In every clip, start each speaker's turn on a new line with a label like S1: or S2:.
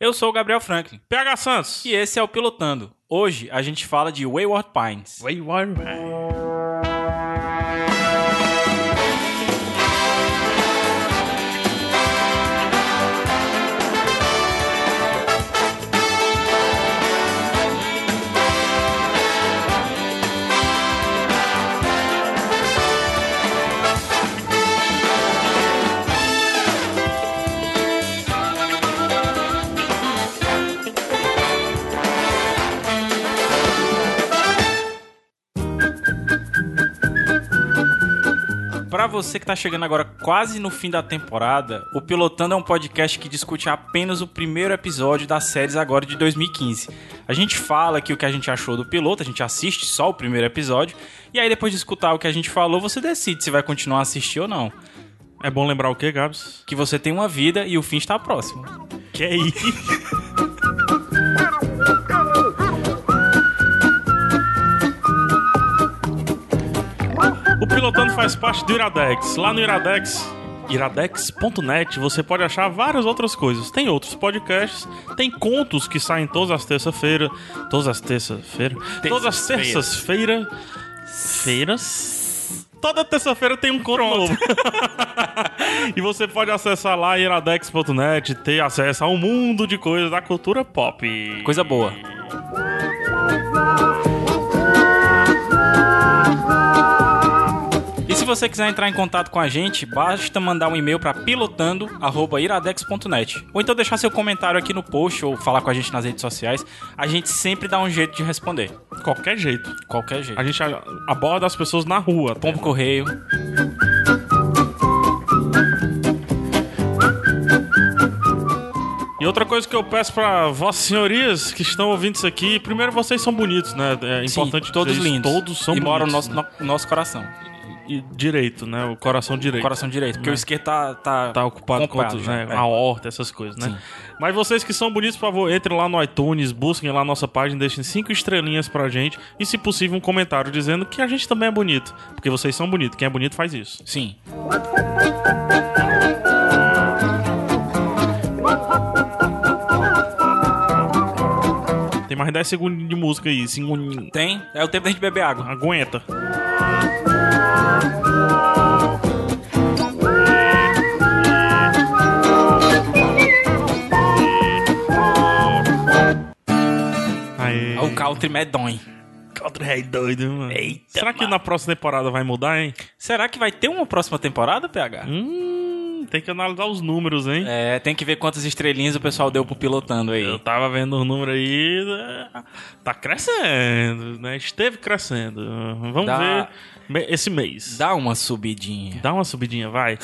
S1: Eu sou o Gabriel Franklin
S2: PH Santos.
S1: e esse é o Pilotando. Hoje a gente fala de Wayward Pines.
S2: Wayward
S1: Pra você que tá chegando agora quase no fim da temporada, o Pilotando é um podcast que discute apenas o primeiro episódio das séries agora de 2015. A gente fala aqui o que a gente achou do piloto, a gente assiste só o primeiro episódio, e aí depois de escutar o que a gente falou, você decide se vai continuar a assistir ou não.
S2: É bom lembrar o que, Gabs?
S1: Que você tem uma vida e o fim está próximo.
S2: Que é isso? O Pilotando faz parte do Iradex. Lá no Iradex, iradex.net, você pode achar várias outras coisas. Tem outros podcasts, tem contos que saem todas as terça-feira, todas as terça-feira, todas as
S1: Terças-feiras.
S2: terças-feira, feiras. Toda terça-feira tem um conto novo. e você pode acessar lá iradex.net, ter acesso a um mundo de coisas da cultura pop.
S1: Coisa boa. E se você quiser entrar em contato com a gente, basta mandar um e-mail para pilotando@iradex.net. Ou então deixar seu comentário aqui no post ou falar com a gente nas redes sociais. A gente sempre dá um jeito de responder.
S2: Qualquer jeito.
S1: Qualquer jeito.
S2: A gente a- aborda as pessoas na rua.
S1: Pombo correio.
S2: E outra coisa que eu peço pra vossas senhorias que estão ouvindo isso aqui, primeiro vocês são bonitos, né? É
S1: Sim,
S2: importante
S1: todos
S2: dizer isso.
S1: lindos.
S2: Todos são
S1: e
S2: bonitos.
S1: moram no nosso,
S2: né?
S1: no- nosso coração.
S2: E direito, né? O coração direito.
S1: Coração direito, porque o esquerdo tá tá,
S2: Né? tá ocupado com
S1: comprado
S2: outros,
S1: já.
S2: né?
S1: É.
S2: A horta, essas coisas, né?
S1: Sim.
S2: Mas vocês que são bonitos, por favor, entrem lá no iTunes, busquem lá a nossa página, deixem cinco estrelinhas pra gente e, se possível, um comentário dizendo que a gente também é bonito. Porque vocês são bonitos. Quem é bonito faz isso.
S1: Sim.
S2: Tem mais 10 segundos de música aí. Segundinho.
S1: Tem? É o tempo da gente beber água.
S2: Aguenta. Aê.
S1: É O country medonho.
S2: Country é doido, mano. Será que na próxima temporada vai mudar, hein?
S1: Será que vai ter uma próxima temporada, PH?
S2: Hum, tem que analisar os números, hein?
S1: É, tem que ver quantas estrelinhas o pessoal deu pro pilotando aí.
S2: Eu tava vendo os números aí. né? Tá crescendo, né? Esteve crescendo. Vamos
S1: Dá-
S2: ver me- esse mês.
S1: Dá uma subidinha.
S2: Dá uma subidinha, vai.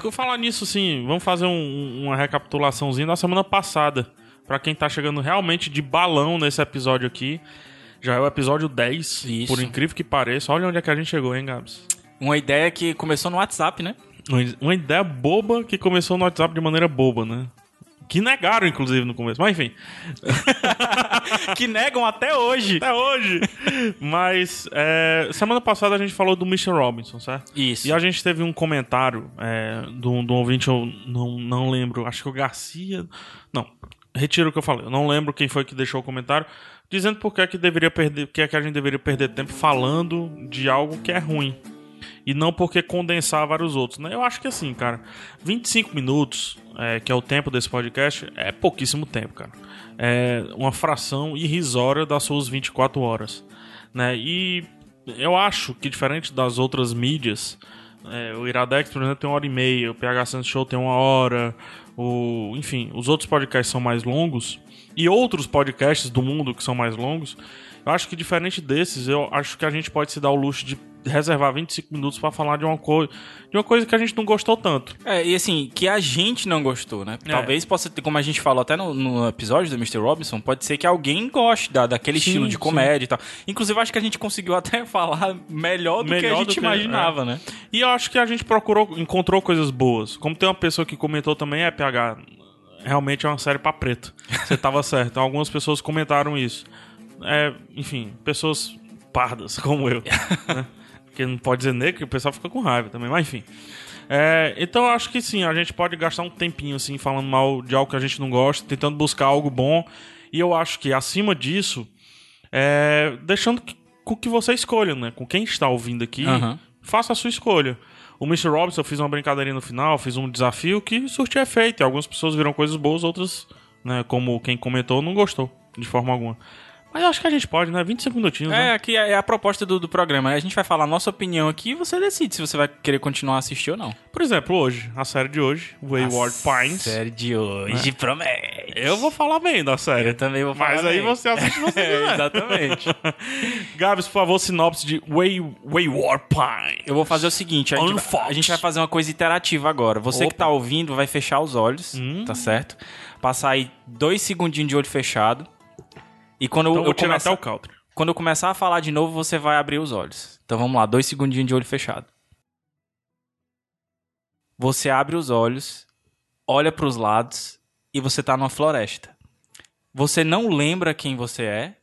S2: Por falar nisso, sim, vamos fazer um- uma recapitulaçãozinha da semana passada. Pra quem tá chegando realmente de balão nesse episódio aqui. Já é o episódio 10,
S1: Isso.
S2: por incrível que pareça. Olha onde é que a gente chegou, hein, Gabs?
S1: Uma ideia que começou no WhatsApp, né?
S2: Uma, uma ideia boba que começou no WhatsApp de maneira boba, né? Que negaram, inclusive, no começo. Mas enfim.
S1: que negam até hoje.
S2: Até hoje. Mas é, semana passada a gente falou do Mr. Robinson, certo?
S1: Isso.
S2: E a gente teve um comentário é, de, um, de um ouvinte, eu não, não lembro, acho que o Garcia. Não, retiro o que eu falei. Eu não lembro quem foi que deixou o comentário, dizendo por que, é que, deveria perder, que, é que a gente deveria perder tempo falando de algo que é ruim. E não porque condensar vários outros, né? Eu acho que assim, cara, 25 minutos, é, que é o tempo desse podcast, é pouquíssimo tempo, cara. É uma fração irrisória das suas 24 horas, né? E eu acho que diferente das outras mídias, é, o Iradex, por exemplo, tem uma hora e meia, o PH Santos Show tem uma hora, o, enfim, os outros podcasts são mais longos, e outros podcasts do mundo que são mais longos, eu acho que diferente desses, eu acho que a gente pode se dar o luxo de reservar 25 minutos pra falar de uma, co de uma coisa que a gente não gostou tanto.
S1: É, e assim, que a gente não gostou, né?
S2: É.
S1: Talvez possa ter, como a gente falou até no, no episódio do Mr. Robinson, pode ser que alguém goste da, daquele
S2: Sim,
S1: estilo de
S2: sim.
S1: comédia e tal. Inclusive, acho que a gente conseguiu até falar melhor do que a
S2: Melhor
S1: gente
S2: do que- é.
S1: imaginava, né?
S2: E eu acho que a gente procurou, encontrou coisas boas. Como tem uma pessoa que comentou também, é PH, realmente é uma série pra preto. Você tava certo. Algumas pessoas comentaram isso. É, enfim, pessoas pardas como eu. né? Porque não pode dizer negro, que o pessoal fica com raiva também, mas enfim. É, então eu acho que sim, a gente pode gastar um tempinho assim falando mal de algo que a gente não gosta, tentando buscar algo bom. E eu acho que acima disso, é, deixando que- com que você escolha, né? Com quem está ouvindo aqui,
S1: Aham.
S2: faça a sua escolha. O Mr. Robinson, eu fiz uma brincadeirinha no final, fiz um desafio que surtiu efeito. E algumas pessoas viram coisas boas, outras, né, como quem comentou, não gostou de forma alguma. Mas eu acho que a gente pode, né? 25 minutinhos, né?
S1: É, aqui é a proposta do, do programa. A gente vai falar a nossa opinião aqui e você decide se você vai querer continuar a assistir ou não.
S2: Por exemplo, hoje, a série de hoje, Wayward Pines. É.
S1: Série de hoje promete.
S2: Eu vou falar bem da série.
S1: Eu também vou falar.
S2: Mas aí
S1: bem.
S2: você assiste você
S1: É,
S2: quiser.
S1: exatamente.
S2: Gabs, por favor, sinopse de Way, Wayward Pines.
S1: Eu vou fazer o seguinte: a gente, vai- a gente vai fazer uma coisa interativa agora. Você que
S2: Opa. Hum.
S1: tá ouvindo vai fechar os olhos, tá certo? Passar aí dois segundinhos de olho fechado. E quando
S2: Então eu
S1: eu,
S2: vou tirar
S1: começar,
S2: até o counter.
S1: quando eu começar a falar de novo, você vai abrir os olhos. Então vamos lá, dois segundinhos de olho fechado. Você abre os olhos, olha para os lados e você tá numa floresta. Você não lembra quem você é,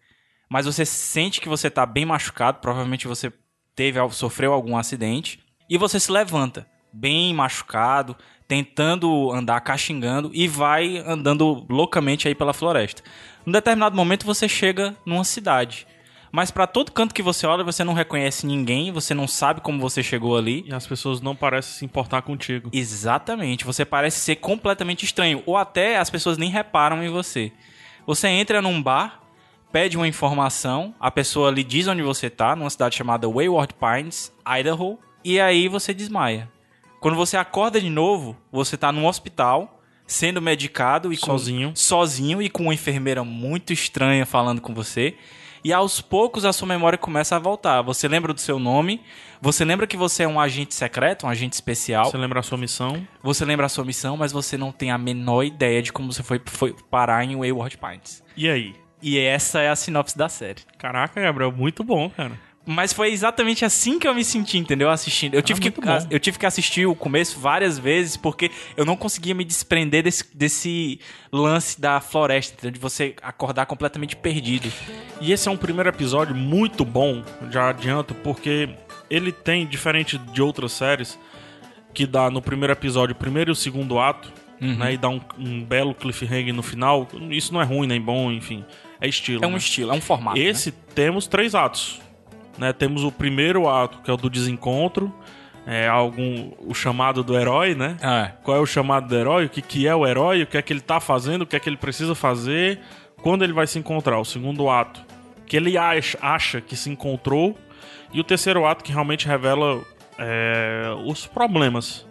S1: mas você sente que você tá bem machucado, provavelmente você teve al- sofreu algum acidente e você se levanta, bem machucado, tentando andar caxingando e vai andando loucamente aí pela floresta. Num determinado momento você chega numa cidade. Mas pra todo canto que você olha, você não reconhece ninguém, você não sabe como você chegou ali.
S2: E as pessoas não parecem se importar contigo.
S1: Exatamente, você parece ser completamente estranho, ou até as pessoas nem reparam em você. Você entra num bar, pede uma informação, a pessoa lhe diz onde você tá, numa cidade chamada Wayward Pines, Idaho, e aí você desmaia. Quando você acorda de novo, você tá num hospital, sendo medicado e com-
S2: Sozinho.
S1: sozinho e com uma enfermeira muito estranha falando com você. E aos poucos a sua memória começa a voltar. Você lembra do seu nome, você lembra que você é um agente secreto, um agente especial.
S2: Você lembra a sua missão?
S1: Você lembra a sua missão, mas você não tem a menor ideia de como você foi, foi parar em Wayward Pines.
S2: E aí?
S1: E essa é a sinopse da série.
S2: Caraca, Gabriel, muito bom, cara.
S1: Mas foi exatamente assim que eu me senti, entendeu? Assistindo. Eu tive,
S2: Ah, muito
S1: que,
S2: bom.
S1: a- eu tive que assistir o começo várias vezes porque eu não conseguia me desprender desse, desse lance da floresta, entendeu? de você acordar completamente perdido.
S2: E esse é um primeiro episódio muito bom, já adianto, porque ele tem, diferente de outras séries, que dá no primeiro episódio o primeiro e o segundo ato,
S1: Uhum.
S2: né? E dá um, um belo cliffhanger no final. Isso não é ruim, nem bom, enfim. É estilo.
S1: É um
S2: né?
S1: estilo, é um formato. né?
S2: Esse temos três atos. Né? Temos o primeiro ato, que é o do desencontro, é algum o chamado do herói, né?
S1: Ah,
S2: Qual é o chamado do herói? O que, que é o herói? O que é que ele tá fazendo? O que é que ele precisa fazer? Quando ele vai se encontrar? O segundo ato, que ele acha, acha que se encontrou. E o terceiro ato, que realmente revela é, os problemas.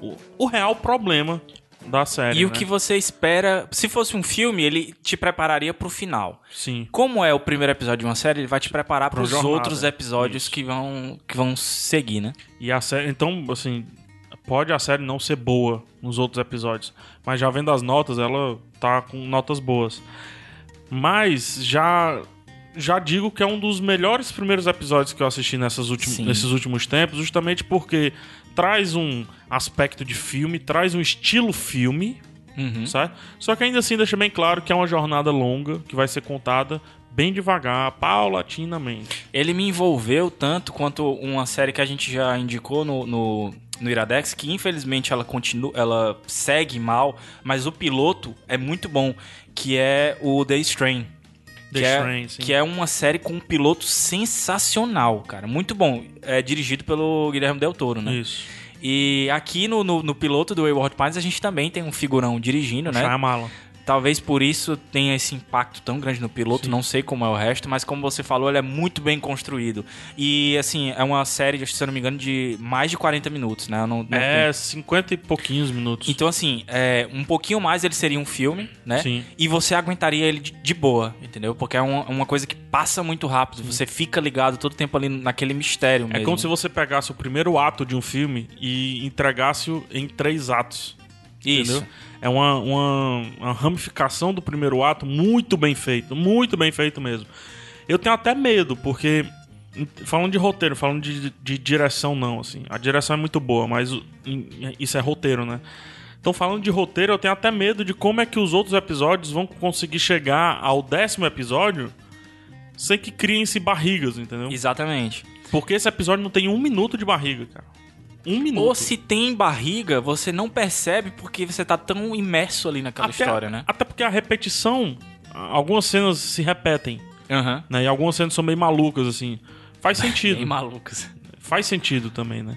S2: O, o real problema da série.
S1: E o
S2: né?
S1: que você espera. Se fosse um filme, ele te prepararia pro final.
S2: Sim.
S1: Como é o primeiro episódio de uma série, ele vai te preparar para os
S2: jornada.
S1: outros episódios
S2: né? Isso.
S1: que vão, que vão seguir, né?
S2: E a série, então, assim, pode a série não ser boa nos outros episódios, mas já vendo as notas, ela tá com notas boas. Mas já já digo que é um dos melhores primeiros episódios que eu assisti nessas últim-
S1: Sim.
S2: nesses últimos tempos, justamente porque traz um aspecto de filme, traz um estilo filme,
S1: Uhum.
S2: sabe? Só que ainda assim deixa bem claro que é uma jornada longa, que vai ser contada bem devagar, paulatinamente.
S1: Ele me envolveu tanto quanto uma série que a gente já indicou no, no, no Iradex, que infelizmente ela continua, ela segue mal, mas o piloto é muito bom, que é o The Strain.
S2: The
S1: que é-
S2: Strain, sim.
S1: Que é uma série com um piloto sensacional, cara. Muito bom. É dirigido pelo Guilherme Del Toro, né?
S2: Isso.
S1: E aqui no, no, no piloto do Wayward Pines a gente também tem um figurão dirigindo, né?
S2: Shyamalan.
S1: Talvez por isso tenha esse impacto tão grande no piloto, não sei como é o resto, mas como você falou, ele é muito bem construído. E assim, é uma série, se eu não me engano, de mais de 40 minutos, né? Eu não- não tenho-
S2: É, 50 e pouquinhos minutos.
S1: Então, assim, é, um pouquinho mais ele seria um filme, né?
S2: Sim.
S1: E você aguentaria ele de, de boa, entendeu? Porque é uma, uma coisa que passa muito rápido. Você fica ligado todo tempo ali naquele mistério
S2: é
S1: mesmo.
S2: como se você pegasse o primeiro ato de um filme e entregasse-o em três atos.
S1: Isso.
S2: Entendeu? É uma, uma, uma ramificação do primeiro ato muito bem feito, muito bem feito mesmo. Eu tenho até medo, porque. em- Falando de roteiro, falando de, de direção, não, assim. A direção é muito boa, mas o- em- isso é roteiro, né? Então, falando de roteiro, eu tenho até medo de como é que os outros episódios vão conseguir chegar ao décimo episódio sem que criem-se barrigas, entendeu?
S1: Exatamente.
S2: Porque esse episódio não tem um minuto de barriga, cara. Um minuto.
S1: Ou se tem barriga, você não percebe porque você tá tão imerso ali naquela
S2: Até-
S1: história, né?
S2: Até porque a repetição, algumas cenas se repetem,
S1: Aham.
S2: né? E algumas cenas são meio malucas, assim. Faz
S1: Bem
S2: sentido.
S1: malucas.
S2: Faz sentido também, né?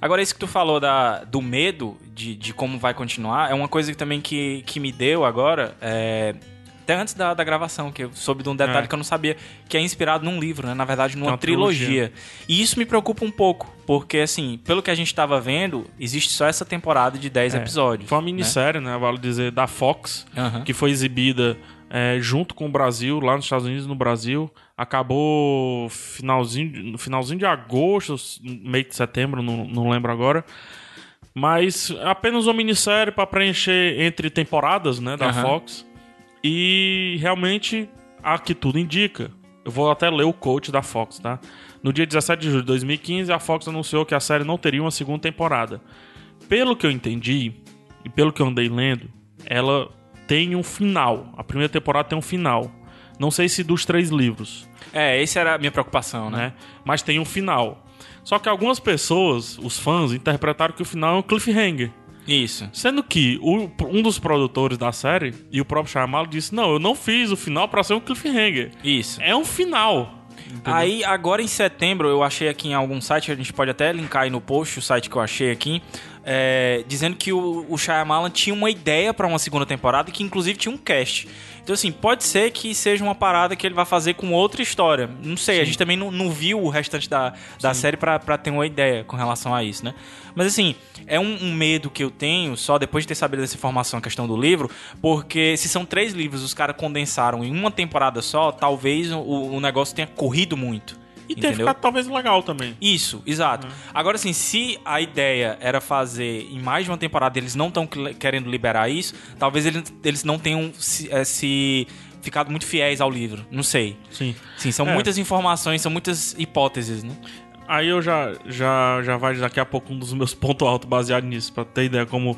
S1: Agora, isso que tu falou da, do medo de, de como vai continuar, é uma coisa que também que, que me deu agora, é, até antes da, da gravação, que eu soube de um detalhe
S2: É.
S1: que eu não sabia, que é inspirado num livro, né? Na verdade, numa
S2: uma
S1: trilogia.
S2: trilogia.
S1: E isso me preocupa um pouco, porque, assim, pelo que a gente tava vendo, existe só essa temporada de 10
S2: É.
S1: episódios.
S2: Foi uma
S1: né?
S2: minissérie, né? Vale dizer, da Fox,
S1: Aham.
S2: que foi exibida é, junto com o Brasil, lá nos Estados Unidos, no Brasil. Acabou finalzinho, de- no finalzinho de agosto, s- meio de setembro, não, não lembro agora. Mas apenas uma minissérie para preencher entre temporadas, né, da
S1: Aham.
S2: Fox. E realmente, a que tudo indica. Eu vou até ler o coach da Fox, tá? No dia 17 de julho de 2015, a Fox anunciou que a série não teria uma segunda temporada. Pelo que eu entendi, e pelo que eu andei lendo, ela tem um final. A primeira temporada tem um final. Não sei se dos três livros,
S1: É, essa era a minha preocupação, né?
S2: né? Mas tem um final. Só que algumas pessoas, os fãs, interpretaram que o final é um cliffhanger.
S1: Isso.
S2: Sendo que o- um dos produtores da série e o próprio Shyamalan disse: Não, eu não fiz o final pra ser um cliffhanger.
S1: Isso.
S2: É um final. Ah, Entendeu?
S1: Aí, agora em setembro, eu achei aqui em algum site, a gente pode até linkar aí no post o site que eu achei aqui, é, dizendo que o, o Shyamalan tinha uma ideia pra uma segunda temporada que inclusive tinha um cast. Então, assim, pode ser que seja uma parada que ele vai fazer com outra história. Não sei, a gente também não, não viu o restante da, da série pra pra ter uma ideia com relação a isso, né? Mas, assim, é um, um medo que eu tenho, só depois de ter sabido dessa informação, a questão do livro, porque se são três livros, os caras condensaram em uma temporada só, talvez o, o negócio tenha corrido muito.
S2: e tem
S1: entendeu?
S2: ficado talvez legal também.
S1: Isso, exato. Agora, assim, se a ideia era fazer em mais de uma temporada eles não estão querendo liberar isso, talvez eles, eles não tenham se, eh, se ficado muito fiéis ao livro. Não sei.
S2: Sim.
S1: Sim, são
S2: É.
S1: muitas informações, são muitas hipóteses, né?
S2: Aí eu já, já, já vai daqui a pouco um dos meus pontos altos baseado nisso, pra ter ideia como,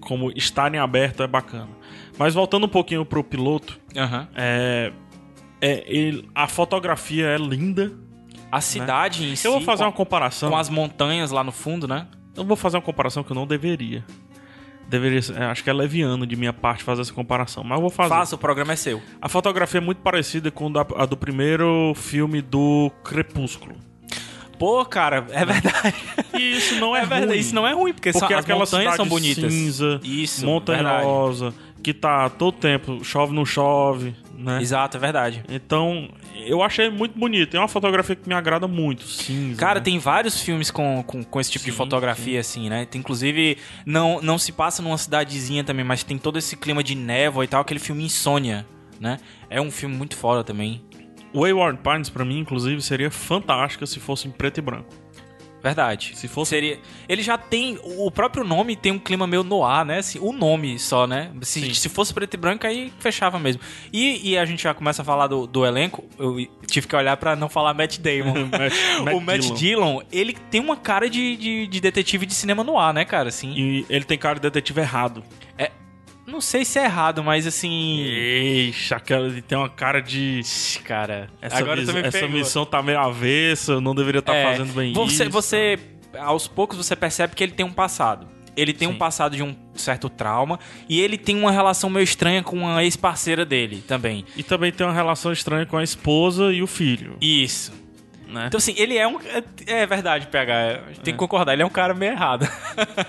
S2: como estar em aberto é bacana. Mas voltando um pouquinho pro piloto,
S1: Aham.
S2: é, é, ele- a fotografia é linda.
S1: A cidade em si,
S2: eu vou fazer uma
S1: com,
S2: comparação.
S1: com as montanhas lá no fundo, né?
S2: Eu vou fazer uma comparação que eu não deveria. Deveria, ser- é, acho que é leviano de minha parte fazer essa comparação, mas eu vou fazer.
S1: Faça, o programa é seu.
S2: A fotografia é muito parecida com da- a do primeiro filme do Crepúsculo.
S1: Pô, cara, é verdade.
S2: E isso não é,
S1: É verdade,
S2: ruim.
S1: isso não é ruim, porque, são,
S2: Porque
S1: as
S2: aquela
S1: montanhas são
S2: cidade
S1: bonitas.
S2: cinza,
S1: Isso, verdade.
S2: montanhosa, que tá todo tempo, chove não chove, né?
S1: Exato, é verdade.
S2: Então, eu achei muito bonito. É uma fotografia que me agrada muito, cinza.
S1: Cara,
S2: né?
S1: tem vários filmes com, com, com esse tipo de
S2: Sim,
S1: fotografia, assim, né? Tem, inclusive, não, não se passa numa cidadezinha também, mas tem todo esse clima de névoa e tal, aquele filme Insônia, né? É um filme muito foda também.
S2: Wayward Pines, pra mim, inclusive, seria fantástica se fosse em preto e branco.
S1: Verdade.
S2: Se fosse-
S1: Seria... Ele já tem. O próprio nome tem um clima meio noir, né? Assim, o nome só, né? Se,
S2: Sim.
S1: se fosse preto e branco, aí fechava mesmo. E, e a gente já começa a falar do, do elenco. Eu tive que olhar pra não falar Matt Damon.
S2: Matt-
S1: o Matt Dillon. ele tem uma cara de, de, de detetive de cinema noir, né, cara? Assim,
S2: E ele tem cara de detetive errado.
S1: Não sei se é errado, mas assim.
S2: Eixa, aquela, ele tem uma cara de.
S1: Cara,
S2: Essa,
S1: agora
S2: mis-
S1: também É.
S2: essa missão tá meio avessa, eu não deveria estar tá fazendo bem
S1: você,
S2: isso.
S1: Você, aos poucos, você percebe que ele tem um passado. Ele tem um
S2: Sim.
S1: passado de um certo trauma e ele tem uma relação meio estranha com uma ex-parceira dele também.
S2: E também tem uma relação estranha com a esposa e o filho,
S1: Isso.
S2: né?
S1: Então, assim, ele é um. É verdade, PH. Tem que concordar, ele é um cara meio errado.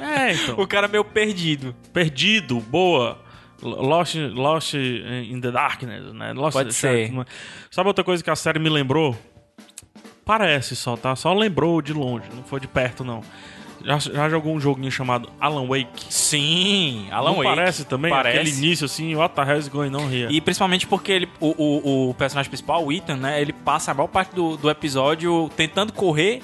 S2: É, então.
S1: o cara meio perdido.
S2: Perdido, boa. Lost, Lost in the Darkness, né? Lost
S1: Pode
S2: in the
S1: ser.
S2: Darkness. Sabe outra coisa que a série me lembrou? Parece só, tá? Só lembrou de longe, não foi de perto, não. Já, já jogou um joguinho chamado Alan Wake?
S1: Sim, Alan
S2: não
S1: Wake.
S2: parece também? Aquele início assim, what the hell is going on here?
S1: E principalmente porque ele, o, o, o personagem principal, o Ethan, né? Ele passa a maior parte do, do episódio tentando correr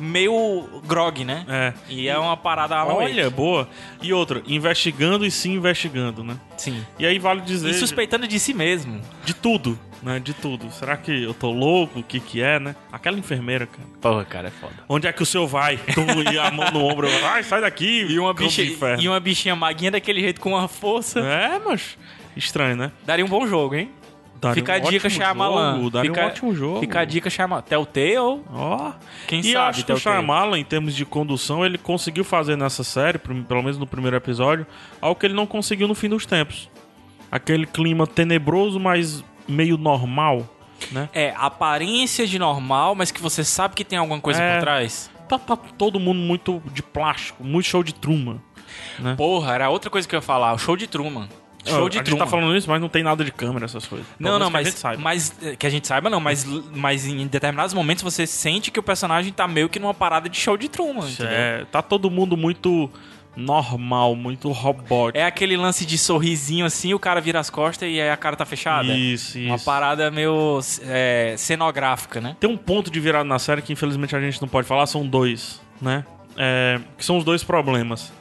S1: meio grog, né?
S2: É.
S1: E é uma parada Alan
S2: Olha,
S1: Wake.
S2: boa. E outra, investigando e sim investigando, né?
S1: Sim.
S2: E aí vale dizer
S1: E suspeitando de si mesmo.
S2: de tudo, né? De tudo. Será que eu tô louco? O que que é, né? Aquela enfermeira, cara.
S1: Porra, cara, é foda.
S2: Onde é que o seu vai? Tu e a mão no ombro. Ai, sai daqui.
S1: E uma,
S2: cão do
S1: bicha,
S2: inferno.
S1: e uma bichinha maguinha daquele jeito com uma força.
S2: É, mas... Estranho, né?
S1: Daria um bom jogo, hein?
S2: Daria
S1: Fica
S2: um
S1: a dica,
S2: ótimo
S1: Shyamalan.
S2: jogo, daria
S1: fica,
S2: um ótimo jogo.
S1: Fica a dica, Shyamalan. Telltale?
S2: Ó.
S1: Quem
S2: e eu
S1: sabe,
S2: acho que o
S1: Telltale?
S2: Shyamalan, em termos de condução, ele conseguiu fazer nessa série, prim- pelo menos no primeiro episódio, algo que ele não conseguiu no fim dos tempos. Aquele clima tenebroso, mas meio normal, né?
S1: É, aparência de normal, mas que você sabe que tem alguma coisa
S2: É.
S1: por trás.
S2: Tá, tá todo mundo muito de plástico, muito show de Truman.
S1: Porra, era outra coisa que eu ia falar. O show de Truman. Show
S2: Ah,
S1: de
S2: a gente
S1: Truman.
S2: tá falando isso, mas não tem nada de câmera, essas coisas. Pelo
S1: Não,
S2: menos
S1: não,
S2: que
S1: mas,
S2: A gente saiba.
S1: mas, eh, que a gente saiba não, mas, mas em determinados momentos você sente que o personagem tá meio que numa parada de show de Truman, entendeu? É.
S2: É, tá todo mundo muito normal, muito robótico.
S1: É aquele lance de sorrisinho assim, o cara vira as costas e aí a cara tá fechada.
S2: isso, isso.
S1: Uma parada meio eh, cenográfica, né?
S2: Tem um ponto de virada na série que infelizmente a gente não pode falar, são dois, né? É, que são os dois problemas.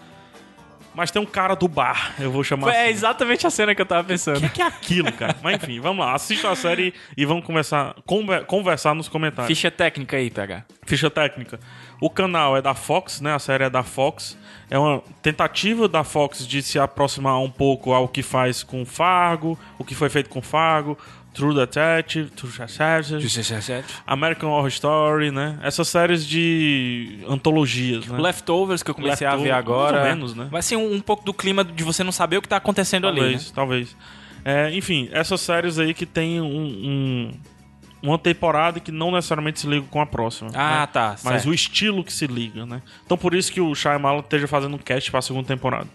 S2: Mas tem um cara do bar, eu vou chamar
S1: É
S2: assim.
S1: exatamente a cena que eu tava pensando.
S2: O que é aquilo, cara? Mas enfim, vamos lá, assista a série e vamos começar, conver- conversar nos comentários.
S1: Ficha técnica aí, PH.
S2: Ficha técnica. O canal é da Fox, né? A série é da Fox. É uma tentativa da Fox de se aproximar um pouco ao que faz com Fargo, o que foi feito com Fargo, True Detective, True Detective, American Horror Story, né? Essas séries de antologias, né?
S1: Leftovers que eu comecei a ver
S2: Leftovers,
S1: agora.
S2: mais ou menos, né?
S1: Mas assim, um, um pouco do clima de você não saber o que tá acontecendo ali. né?
S2: Talvez, talvez. É, enfim, essas séries aí que tem um- um- uma temporada que não necessariamente se liga com a próxima.
S1: Ah,
S2: né?
S1: tá.
S2: Mas
S1: certo.
S2: o estilo que se liga, né? Então por isso que o Shyamalan esteja fazendo um cast pra segunda temporada.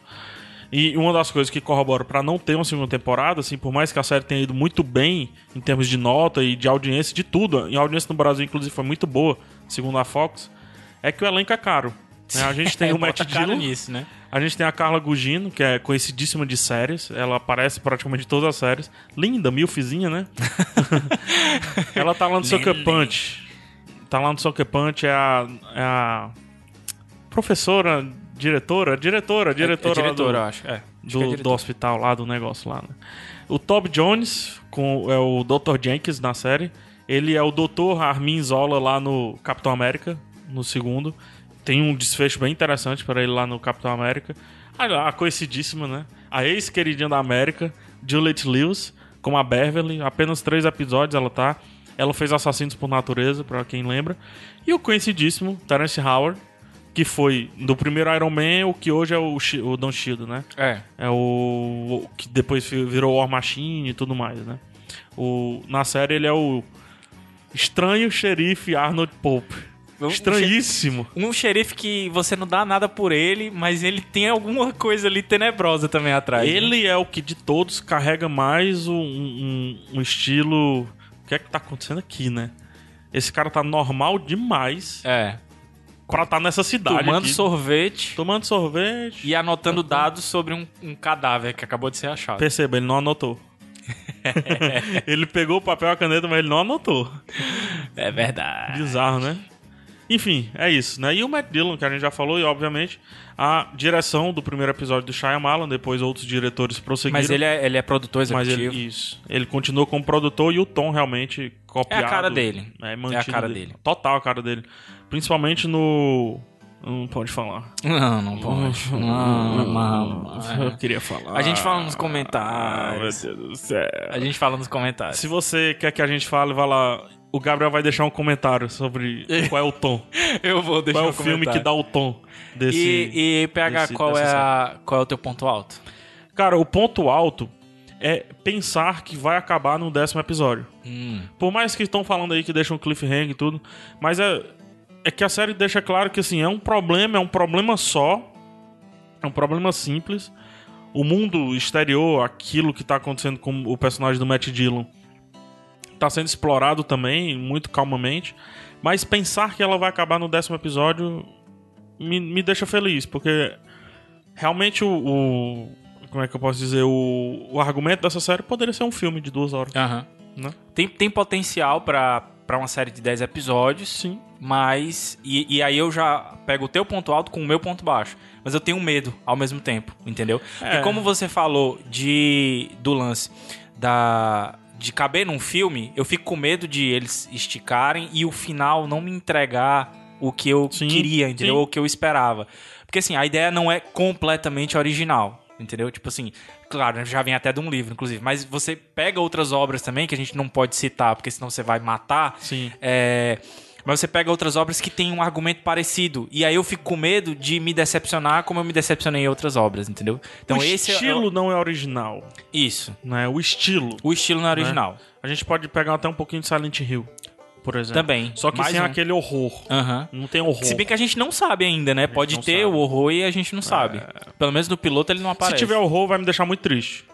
S2: E uma das coisas que corrobora pra não ter uma segunda temporada, assim, por mais que a série tenha ido muito bem em termos de nota e de audiência, de tudo, e a audiência no Brasil, inclusive, foi muito boa, segundo a Fox, é que o elenco é caro. né? A gente tem o
S1: É, Bota
S2: Matt
S1: a cara
S2: Dillon,
S1: nisso, né?
S2: a gente tem a Carla Gugino, que é conhecidíssima de séries. Ela aparece praticamente em todas as séries. Linda, milfizinha, né? ela tá lá no Sucker
S1: Lin-
S2: Punch. Tá lá no Sucker Punch. É a, é a professora, diretora, diretora, diretora,
S1: é,
S2: lá
S1: diretora, eu
S2: do,
S1: acho. É. Acho que é
S2: do- do
S1: diretora.
S2: hospital lá, do negócio lá. Né? O Toby Jones, com, é o Dr. Jenkins na série. Ele é o Dr. Armin Zola lá no Capitão América, no segundo. Tem um desfecho bem interessante para ele lá no Capitão América. A, a conhecidíssima, né? A ex-queridinha da América, Juliette Lewis, como a Beverly. Apenas três episódios ela tá. Ela fez Assassinos por Natureza, pra quem lembra. E o conhecidíssimo Terence Howard, que foi do primeiro Iron Man, o que hoje é o, Shi- o Don Shido, né?
S1: É.
S2: É o, o que depois fi- virou War Machine e tudo mais, né? O, na série ele é o estranho xerife Arnold Pope.
S1: Um- um
S2: Estranhíssimo.
S1: Um xerife que você não dá nada por ele, mas ele tem alguma coisa ali tenebrosa também atrás. né?
S2: Ele é o que de todos carrega mais um, um- um estilo. O que é que tá acontecendo aqui, né? Esse cara tá normal demais
S1: É.
S2: pra tá nessa cidade.
S1: Tomando
S2: aqui.
S1: sorvete
S2: Tomando sorvete.
S1: e anotando dados sobre um, um cadáver que acabou de ser achado.
S2: Perceba, ele não anotou. ele pegou o papel e a caneta, mas ele não anotou.
S1: É verdade.
S2: Bizarro, né? Enfim, é isso, né? E o Matt Dillon, que a gente já falou, e obviamente a direção do primeiro episódio do Shyamalan, depois outros diretores prosseguiram.
S1: Mas ele é, ele é produtor
S2: mas
S1: executivo.
S2: ele- isso. Ele continuou como produtor e o tom realmente copiado.
S1: É a cara dele.
S2: É, mantido
S1: É a cara dele.
S2: Total a cara dele. Principalmente no... Não pode falar.
S1: Não, não pode. Ah, Não, não. é.
S2: Eu queria falar.
S1: A gente fala nos
S2: Ah, meu
S1: comentários.
S2: Deus do céu.
S1: A gente fala nos comentários.
S2: Se você quer que a gente fale, vai lá. O Gabriel vai deixar um comentário sobre qual é o tom.
S1: Eu vou deixar
S2: qual é
S1: um
S2: o filme
S1: comentário.
S2: que dá o tom desse.
S1: E, e PH,
S2: desse-
S1: qual, é
S2: dessa
S1: a, qual é o teu ponto alto?
S2: Cara, o ponto alto é pensar que vai acabar no décimo episódio. Por mais que estão falando aí que deixa um cliffhanger e tudo, mas é, é que a série deixa claro que assim, é um problema, é um problema só, é um problema simples. O mundo exterior, aquilo que tá acontecendo com o personagem do Matt Dillon, tá sendo explorado também, muito calmamente. Mas pensar que ela vai acabar no décimo episódio me, me deixa feliz, porque realmente o, o- Como é que eu posso dizer? O, o argumento dessa série poderia ser um filme de duas horas,
S1: Aham.
S2: né?
S1: Tem, tem potencial pra, pra uma série de 10 episódios,
S2: Sim.
S1: mas. E, e aí eu já pego o teu ponto alto com o meu ponto baixo. Mas eu tenho medo ao mesmo tempo, entendeu?
S2: É.
S1: E como você falou de do lance da de caber num filme, eu fico com medo de eles esticarem e o final não me entregar o que eu
S2: Sim,
S1: queria, entendeu?
S2: sim.
S1: O que eu esperava. Porque assim, a ideia não é completamente original. entendeu? Tipo assim, claro, já vem até de um livro, inclusive, mas você pega outras obras também, que a gente não pode citar, porque senão você vai matar.
S2: Sim.
S1: É, Mas você pega outras obras que têm um argumento parecido. E aí eu fico com medo de me decepcionar como eu me decepcionei em outras obras, entendeu? Então
S2: o
S1: esse é-
S2: estilo não é original,
S1: Isso.
S2: né? O estilo.
S1: O estilo não é
S2: Né?
S1: original.
S2: A gente pode pegar até um pouquinho de Silent Hill, por exemplo.
S1: Também.
S2: É. Só que
S1: Mais
S2: sem
S1: um.
S2: aquele horror.
S1: Aham.
S2: Não tem horror.
S1: Se bem que a gente não sabe ainda, né? Pode
S2: não
S1: ter
S2: sabe. É.
S1: o horror e a gente não sabe. Pelo menos no piloto ele não
S2: Se
S1: aparece.
S2: tiver horror, vai me deixar muito triste.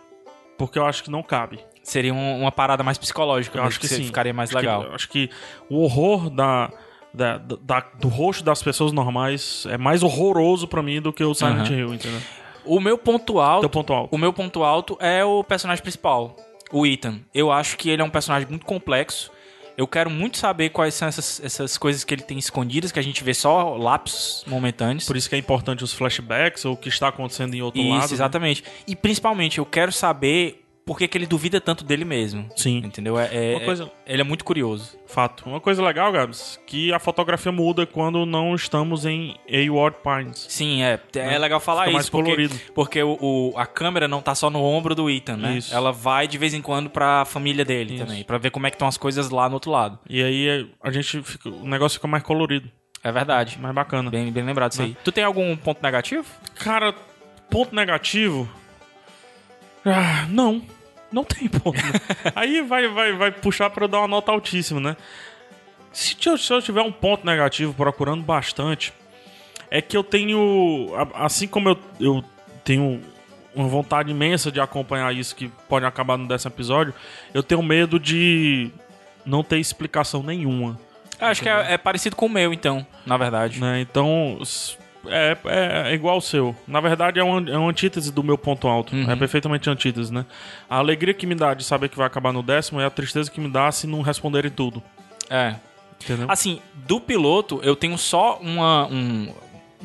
S2: Porque eu acho que não cabe.
S1: Seria um- uma parada mais psicológica.
S2: Eu acho que
S1: se-
S2: sim.
S1: Ficaria mais
S2: Acho que-
S1: legal.
S2: eu acho que o horror da, da- da- do rosto das pessoas normais é mais horroroso pra mim do que o Silent Hill, entendeu?
S1: O meu ponto alto.
S2: Teu ponto alto.
S1: O meu ponto alto é o personagem principal, o Ethan. Eu acho que ele é um personagem muito complexo. Eu quero muito saber quais são essas, essas coisas que ele tem escondidas, que a gente vê só lapsos momentâneos.
S2: Por isso que é importante os flashbacks ou o que está acontecendo em outro
S1: Isso,
S2: lado. né?
S1: exatamente. E principalmente, eu quero saber por que, que ele duvida tanto dele mesmo.
S2: Sim.
S1: Entendeu? É, é-
S2: Uma coisa-
S1: é- ele é muito curioso.
S2: Fato. Uma coisa legal, Gabs, que a fotografia muda quando não estamos em Award Pines.
S1: Sim, é. É legal falar
S2: Né? Fica
S1: isso.
S2: mais
S1: porque-
S2: colorido.
S1: Porque o, o- a câmera não tá só no ombro do Ethan, né?
S2: Isso.
S1: Ela vai de vez em quando pra família dele também, pra ver como é que estão as coisas lá no outro lado.
S2: E aí a gente fica, o negócio fica mais colorido,
S1: É verdade.
S2: mais bacana.
S1: Bem, bem lembrado
S2: Né?
S1: isso aí. Tu tem algum ponto negativo?
S2: Cara, ponto negativo? Ah, não. Não tem ponto. né? Aí vai, vai, vai puxar pra eu dar uma nota altíssima, né? Se eu, se eu tiver um ponto negativo, procurando bastante, é que eu tenho. a- Assim como eu, eu tenho uma vontade imensa de acompanhar isso que pode acabar no décimo episódio, eu tenho medo de não ter explicação nenhuma.
S1: Eu acho que é, é parecido com o meu, então, na verdade.
S2: né? Então, s- é, é, é igual ao seu. Na verdade, é uma, é uma antítese do meu ponto alto.
S1: Uhum.
S2: É perfeitamente antítese, né? A alegria que me dá de saber que vai acabar no décimo é a tristeza que me dá se não responderem tudo.
S1: É.
S2: Entendeu?
S1: Assim, do piloto, eu tenho só uma. Um,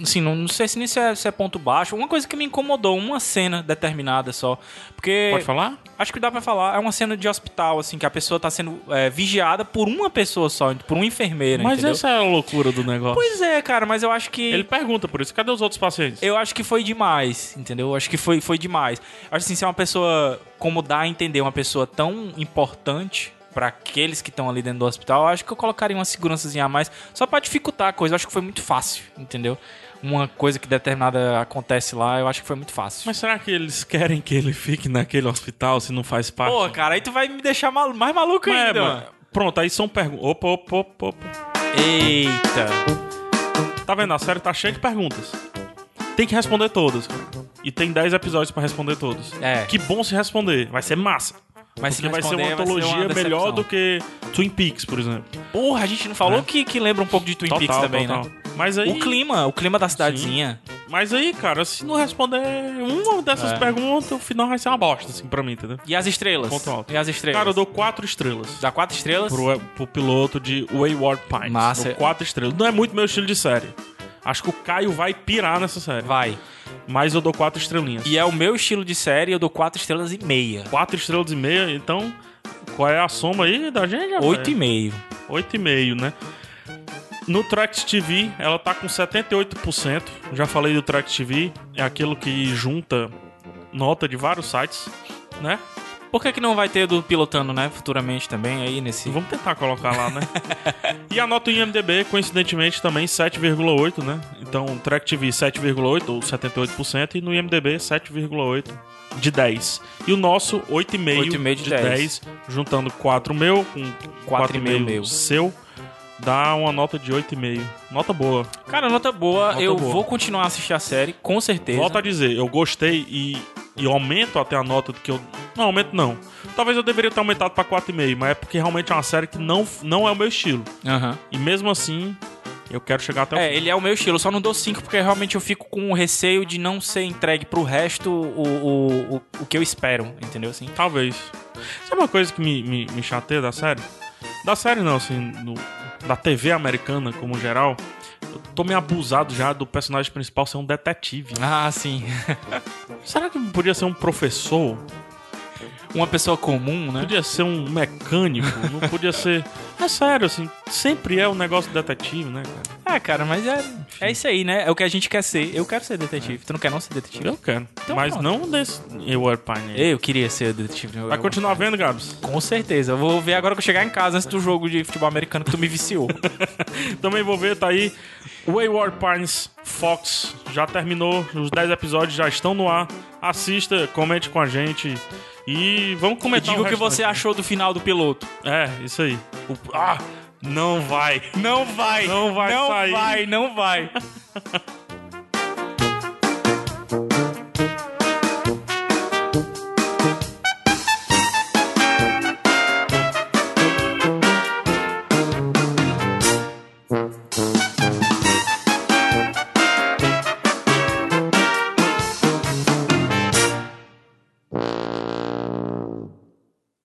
S1: assim, não, não sei se isso é, se é ponto baixo. Uma coisa que me incomodou, uma cena determinada só. Porque.
S2: Pode falar?
S1: Acho que dá pra falar. É uma cena de hospital, assim, que a pessoa tá sendo é, vigiada por uma pessoa só, por uma enfermeira,
S2: Mas
S1: entendeu?
S2: essa é a loucura do negócio.
S1: Pois é, cara, mas eu acho que.
S2: Ele pergunta por isso: cadê os outros pacientes?
S1: Eu acho que foi demais, entendeu? Eu acho que foi, foi demais. Acho assim, se é uma pessoa. Como dá a entender, uma pessoa tão importante pra aqueles que estão ali dentro do hospital, eu acho que eu colocaria uma segurançazinha a mais só pra dificultar a coisa. Eu acho que foi muito fácil, entendeu? Uma coisa que determinada acontece lá, eu acho que foi muito fácil.
S2: Mas será que eles querem que ele fique naquele hospital se não faz parte?
S1: Pô, cara, aí tu vai me deixar malu- mais maluco
S2: Mas-
S1: ainda.
S2: mas-
S1: mano.
S2: Pronto, aí são perguntas. Opa, opa, opa, opa.
S1: Eita.
S2: Tá vendo? A série tá cheia de perguntas. Tem que responder todas. cara. E tem 10 episódios pra responder todos.
S1: É.
S2: Que bom se responder. Vai ser massa.
S1: Mas se
S2: Porque
S1: não
S2: vai ser uma
S1: responder, vai ser
S2: antologia
S1: uma decepção.
S2: melhor do É. que Twin Peaks, por exemplo.
S1: Porra, a gente não falou que, que lembra um pouco de Twin Peaks também, né?
S2: Mas aí,
S1: O clima, o clima da cidadezinha.
S2: mas aí, cara, se não responder uma dessas
S1: É.
S2: perguntas, o final vai ser uma bosta, assim, pra mim, entendeu?
S1: E as estrelas?
S2: Ponto alto.
S1: E as estrelas?
S2: Cara, eu dou quatro estrelas.
S1: Dá quatro estrelas?
S2: Pro, pro piloto de Wayward Pines.
S1: Massa.
S2: Dou Quatro estrelas. Não é muito meu estilo de série. Acho que o Caio vai pirar nessa série.
S1: Vai.
S2: Mas eu dou quatro estrelinhas.
S1: E é o meu estilo de série, eu dou quatro estrelas e meia.
S2: Quatro estrelas e meia, então qual é a soma aí da gente?
S1: Oito e
S2: meio.
S1: meio.
S2: Oito e meio, né? No Trax TV, ela tá com 78%. Já falei do Trax TV, é aquilo que junta nota de vários sites, né?
S1: Por que, que não vai ter do pilotando, né? Futuramente também, aí nesse.
S2: Vamos tentar colocar lá, né? e a nota em IMDB, coincidentemente, também 7,8, né? Então, Track TV 7,8 ou 78% e no IMDB 7,8 de 10. E o nosso 8,5
S1: 8,5 de
S2: de 10.
S1: 10.
S2: juntando 4 meu com 4,5
S1: meu.
S2: seu, dá uma nota de 8,5. Nota boa.
S1: Cara, nota boa.
S2: Nota
S1: eu
S2: boa.
S1: vou continuar a assistir a série, com certeza.
S2: Volto a dizer, eu gostei e, e aumento até a nota do que eu. Não, aumento não. Talvez eu deveria ter aumentado pra 4,5, mas é porque realmente é uma série que não, não é o meu estilo.
S1: Aham.
S2: E mesmo assim, eu quero chegar até o
S1: É, ele é o meu estilo. Eu só não dou cinco porque realmente eu fico com o receio de não ser entregue pro resto o, o, o, o que eu espero, entendeu? Assim.
S2: Talvez. Sabe uma coisa que me, me, me chateia da série? Da série não, assim, no- da TV americana como geral. Eu tô meio abusado já do personagem principal ser um detetive.
S1: Ah, sim.
S2: Será que podia ser um professor?
S1: uma pessoa comum, né?
S2: Podia ser um mecânico, não podia ser. É sério, assim, sempre é o um negócio do detetive, né, cara?
S1: É, cara, mas é, é isso aí, né? É o que a gente quer ser. Eu quero ser detetive. Tu não quer não ser detetive?
S2: Eu quero.
S1: Então
S2: mas
S1: pronto.
S2: não desse. Eu Airpine. aí.
S1: Eu queria ser detetive. né?
S2: Vai continuar vendo, Gabs?
S1: Com certeza. Eu vou ver agora que eu chegar em casa antes do jogo de futebol americano que tu me viciou.
S2: um Também vou ver, tá aí. Wayward Pines Fox já terminou, os 10 episódios já estão no ar. Assista, comente com a gente e vamos
S1: Me
S2: comentar
S1: diga o que
S2: restante.
S1: você achou do final do piloto.
S2: É, isso aí. O- Ah, não vai.
S1: Não vai.
S2: Não vai
S1: Não
S2: sair.
S1: vai, não vai.